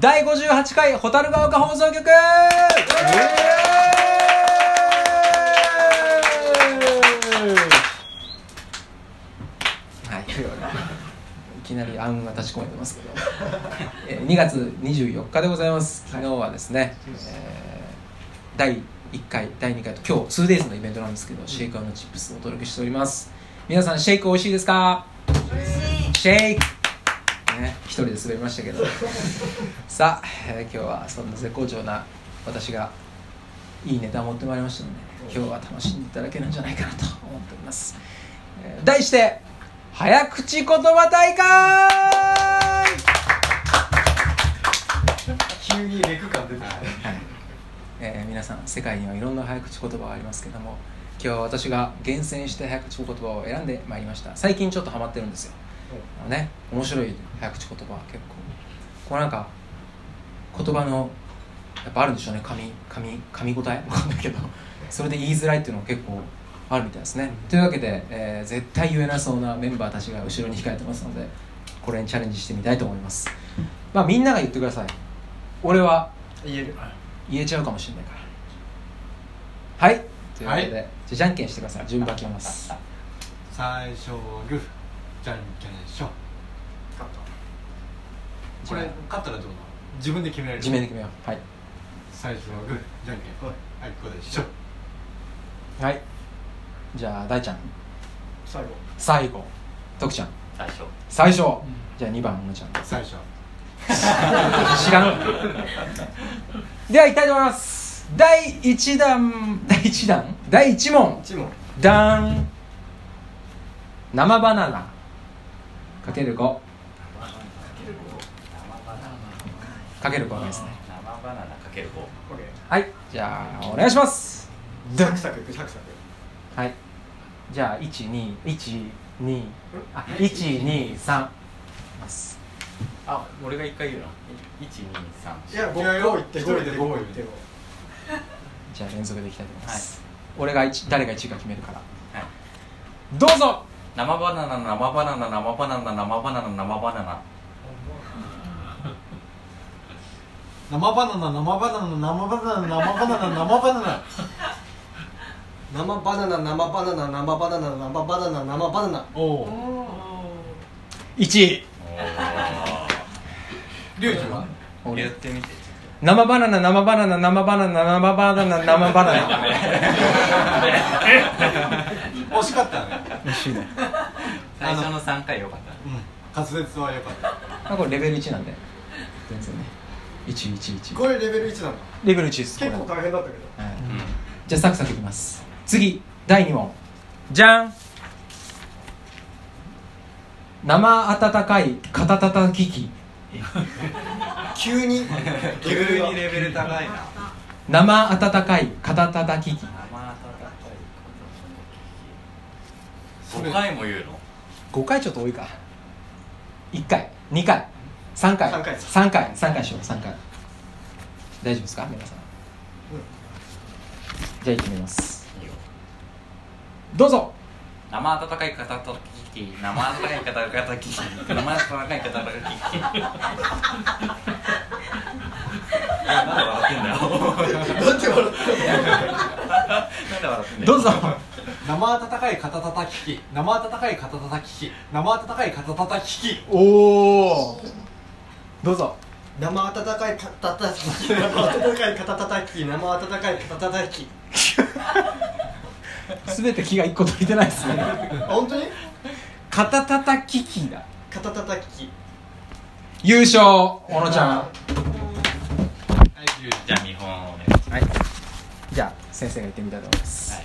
第58回蛍ヶ丘放送局はい、というわけでいきなり暗雲が立ち込めてますけど、えー2月24日でございます昨日はですね、えー第1回第2回と今日 2days のイベントなんですけど、シェイクチップスをお届けしております皆さんシェイク美味しいですかシェイクね一人で滑りましたけど さあ、えー今日はそんな絶好調な私がいいネタを持ってまいりましたので今日は楽しんでいただけるんじゃないかなと思っております、えー題して早口言葉大会急にレク感出てきたはいえー皆さん世界にはいろんな早口言葉がありますけども今日は私が厳選して早口言葉を選んでまいりました最近ちょっとハマってるんですよあのね面白い早口言葉結構こうなんか言葉のやっぱあるんでしょうね噛み噛み噛み応えわかんないけどそれで言いづらいっていうのが結構あるみたいですねというわけで、えー絶対言えなそうなメンバーたちが後ろに控えてますのでこれにチャレンジしてみたいと思いますまあみんなが言ってください俺は言える言えちゃうかもしれないからはいというわけで、じはゃあじゃんけんしてください順番決めます最初はグーじゃんけんしょこれじゃあ勝ったらどうなの自分で決められる自分で決めようはい最初はグーじゃんけんほいはいこうでしょはいじゃあ大ちゃん最後最後徳ちゃん最初最初、じゃあ2番むちゃん最初知らん ではいきたいと思います第1弾第1弾第1問一問ダーン生バナナかける5かける5ですね生バナナかける5 OK はいじゃあお願いしますダンサクサクサクはいじゃあ12121あ123ますあ俺が1回言うの123いや、僕いやいやこう言って、一こう人言って、でここうう言言っってて。じゃあ連続でいきたいと思います、俺が一誰が1位か決めるからはいどうぞ生バナナ生バナナ生バナナ生バナナ生バナナ生バナナ生バナナ生バナナ生バナナ生バナナ生バナナ、生バナナ、生バナナ、生バナナ、生バナナ。おお1位 リュウジは俺言って みて生バナナ生バナナ生バナナ生バナナ 生バナナ 惜しかったね美味しいね最初の3回よかったうん滑舌は良かったまあこれレベル1なんで全然ね111これレベル1なんだ。レベル1ですこれ結構大変だったけど。はいじゃあサクサクいきます次第2問じゃん生温かい肩たたき機急 に。レベルが。レベル高いな生温かい肩たたき機生そ温かいれ5回も言うの5回ちょっと多いか1回2回3回三3回回三回しよう3回大丈夫ですか皆さん、じゃあ行ってみますいいよどうぞ生温かい方とキキ生温かい方とキキ生温かい方とキキ なんで笑ってんだよなんて笑 なんで笑ってんだよどうぞ生温かい肩たたき機生温かい肩たたき機生温かい肩たたき機おおどうぞ生温かい肩たたき。生温かい肩たたき。生温かい肩たたき。全て気が1個足りてないですねあ、 本当に 肩たたき機だ肩たたき。優勝小野ちゃんはいリュウジじゃあ見本をねはいじゃあ先生が言ってみたいと思います、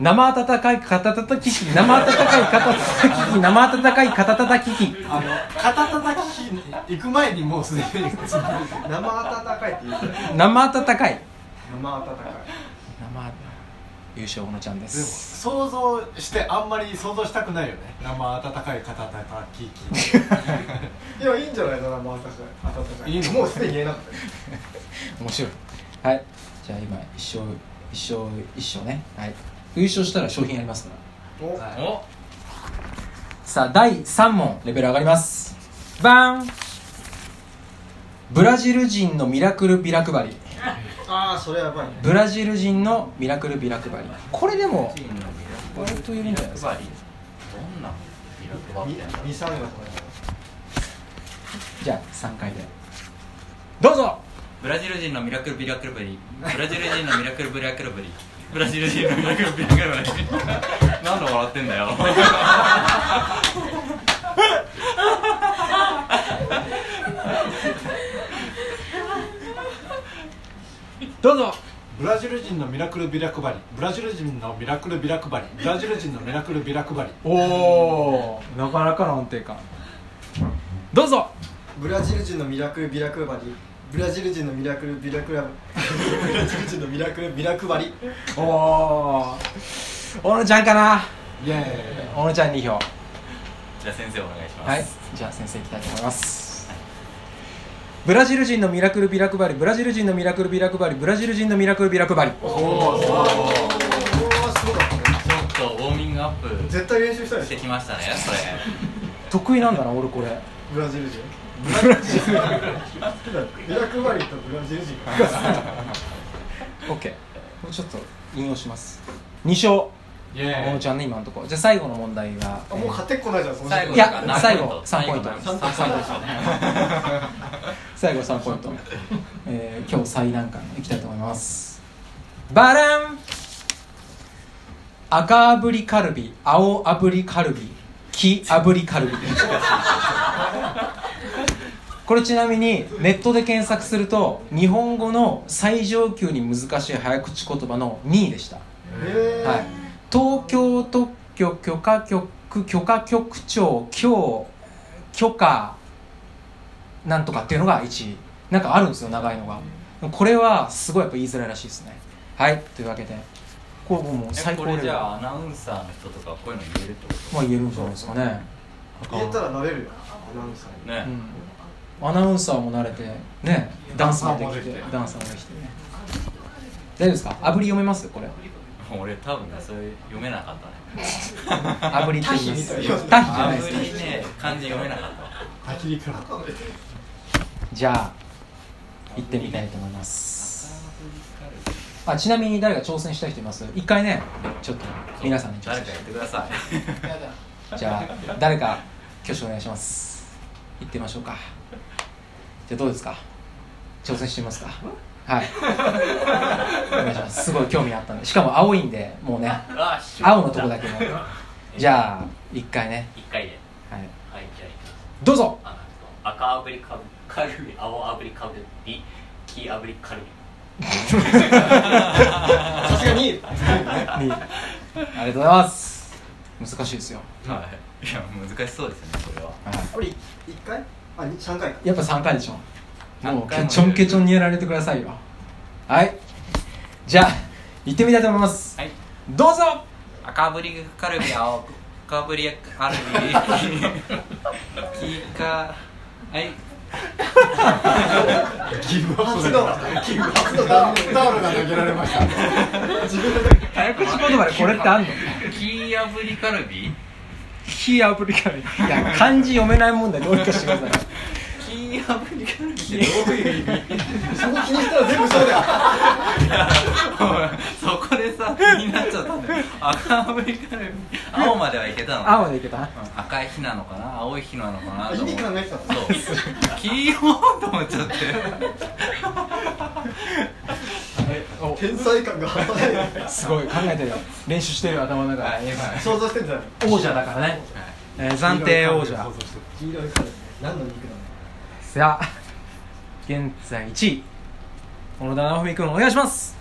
生温かい肩たたき機生温かい肩たたき機生温かい肩たたき機あの肩たたき機に行く前にもうすでに生温かいって言うから。生温かい生温かい。生優勝小野ちゃんででもす想像してあんまり想像したくないよね生温かい肩たたき機 いや、いいんじゃないの、生温かい。温かい。いいのもうすでに言えなかったよ。面白いはいじゃあ今一生一生一生ねはい優勝したら賞品ありますからおはいおさあ第3問レベル上がりますバーンブラジル人のミラクルビラ配りああそれやばいねブラジル人のミラクルビラ配りこれでもチームのミ割といるんじゃないですかラクル配りどんなミラクル配りなんだろう23月だねじゃあ3回でどうぞブラジル人のミラクルビラクルブリブラジル人のミラクルビラクルブリブラジル人のミラクルビラクルブリなんで笑ってんだよどうぞブラジル人のミラクルビラ配りブラジル人のミラクルビラ配りブラジル人のミラクルビラ配りおおなかなかの安定感どうぞブラジル人のミラクルビラクバリブラジル人のミラクルビラクラブブラジル人のミラクルビラクバリおお小野ちゃんかなイエーイ小野ちゃん2票じゃあ先生お願いします、はい、じゃあ先生いきたいと思います。ブラジル人のミラクルビラ配り、ブラジル人のミラクルビラ配り、ブラジル人のミラクルビラ配り。おおちょおーすごかったねっとウォーミングアップ絶対練習したでしてしょきましたねそれ得意なんだな、俺これ。ブラジル人 ブラジル人ミラクバリとブラジル人オッケー。もうちょっと引用します。二勝。イエおーのイちゃんね、今のところ。じゃあ最後の問題が。あもうえー勝てっこないじゃんその時最点後いでや最後三3ポイント三ポイントですよね最後3ポイント、えー今日最難関いきたいと思いますバラン赤炙りカルビ青炙りカルビ黄炙りカルビこれちなみにネットで検索すると日本語の最上級に難しい早口言葉の2位でしたへはい、東京特許許可局許可局長今日許可なんとかっていうのが1位なんかあるんですよ長いのがこれはすごいやっぱ言いづらいらしいですねはいというわけでこれもう最え高こレれベじルゃまああアナウンサーの人とかこういうの言えるって言こえるんじゃないですかね、ー言えたらなれるよアナウンサーにとね、うん、アナウンサーも慣れてねダンスもできてダンサーもできてね大丈夫ですか炙り読めますこれ俺多分ねそれ読めなかったね炙りって言いますタヒみたいなタヒじゃないであんますりね漢字読めなかったわ焚き火からじゃあ行ってみたいと思いますあちなみに誰か挑戦したい人います一回ねちょっと皆さんに挑誰戦かし言ってくださてじゃあ誰か挙手お願いします行ってみましょうかじゃあどうですか挑戦してみますかはいお願いしますすごい興味あったんでしかも青いんでもうねい青のとこだけもじゃあ一回ね、一回ではい、はいじゃあいきますどうぞあの赤炙りカルカルビ青炙りカルビ黄炙りカルビさすが にありがとうございます難しいですよ、はいいや難しそうですねこれははいこれ1回あに3回かやっぱ3回でしょもう三回ケもチョンケチョンにやられてくださいよはいじゃあ行ってみたいと思いますはいどうぞ赤ぶりカルビ青赤ぶりカルビキーカはいギブアップ初の初のタダオメルタオルが投げられました早口言葉でこれってあんのキー炙りカルビ非アプリカルいや漢字読めない問題どうにかしてくださいキー炙りカルビってどういう意味そこ気にしたら全部そうだよそこでさ気になっちゃったんだよ赤炙りカルビ青まではいけたの青までいけたうん赤い日なのかな青い日なのかな意と思味って考えてたのそう黄色と思っちゃって天才感が半端ないすごい考えてるよ練習してるよ頭の中で想像してんじゃん王者だからね、えー暫定王者黄色いカルビ何の肉なのさあ現在1位小野田直文君お願いします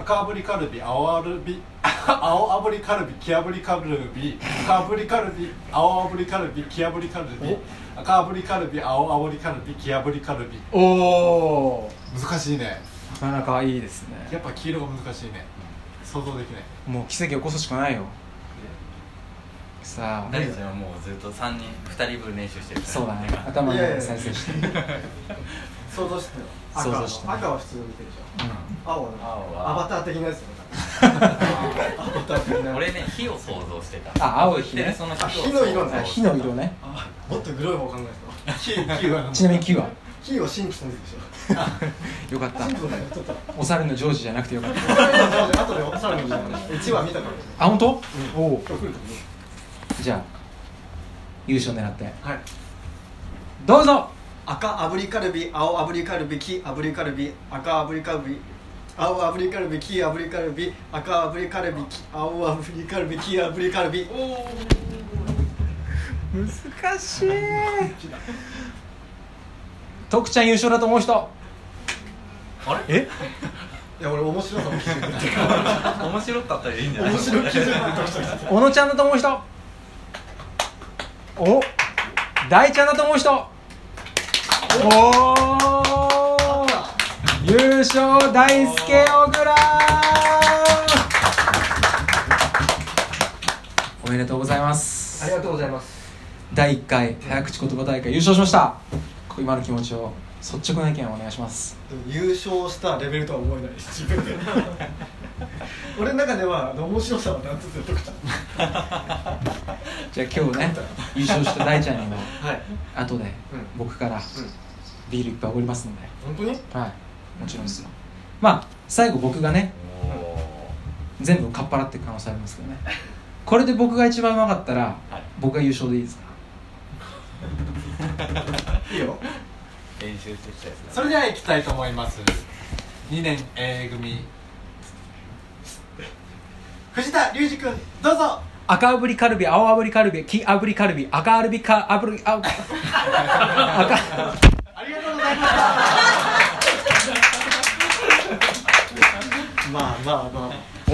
赤炙りカルビ 青炙り青炙りカルビ黄炙りカルビ赤炙りカルビ青炙りカルビ黄炙りカルビ赤炙りカルビ青炙りカルビ黄炙りカルビおお難しいねなかなかいいですねやっぱ黄色が難しいね想像できないもう奇跡起こすしかないよさあ大ちゃんはもうずっと3人2人分練習してるからそうだね頭のいやい中やいで再や生して 想像してた想の像赤してのた赤は普通の見てるじゃん青はなんか青はアバター的なやつ だなアバター的な俺ね火を想像してたあ青い火ねそのあ火を火の色あね火の色ねもっとグロい方考えて黄黄はちなみに木はたキーはシンプソンズでしょ よかったシンプソンズだよちょっとお猿のジョージじゃなくてよかったあとでおさらに1話見たからあ本当、おお今日来ると思じゃあ優勝狙ってうはいどうぞ赤炙りカルビ青炙りカルビ黄炙りカルビ赤炙りカルビ青炙りカルビ黄炙りカルビ赤炙りカルビ黄青炙りカルビ黄炙りカルビ難しい徳ちゃん優勝だと思う人あれえいや俺面白さの基準 で面白かったらいいんじゃない面白い基準でどうしたらいい小野ちゃんだと思う人お大ちゃんだと思う人おお優勝大輔小倉おめでとうございますありがとうございます第1回早口言葉大会優勝しました今の気持ちを率直な意見をお願いしますでも優勝したレベルとは思えないです自分 で俺の中ではあの面白さは何つってとかじゃあ今日ね優勝した大ちゃんにもはい後で僕からビールいっぱいおごりますんで本当にはいもちろんですよまあ最後僕がね全部かっぱらって可能性ありますけどねこれで僕が一番うまかったら、僕が優勝でいいですかいいよ練習してきたやつそれでは行きたいと思います2年 A 組藤田龍二君どうぞ赤炙りカルビ青炙りカルビ黄炙りカルビ赤炙りか炙りあ赤ありがとうございましたまあまあまあ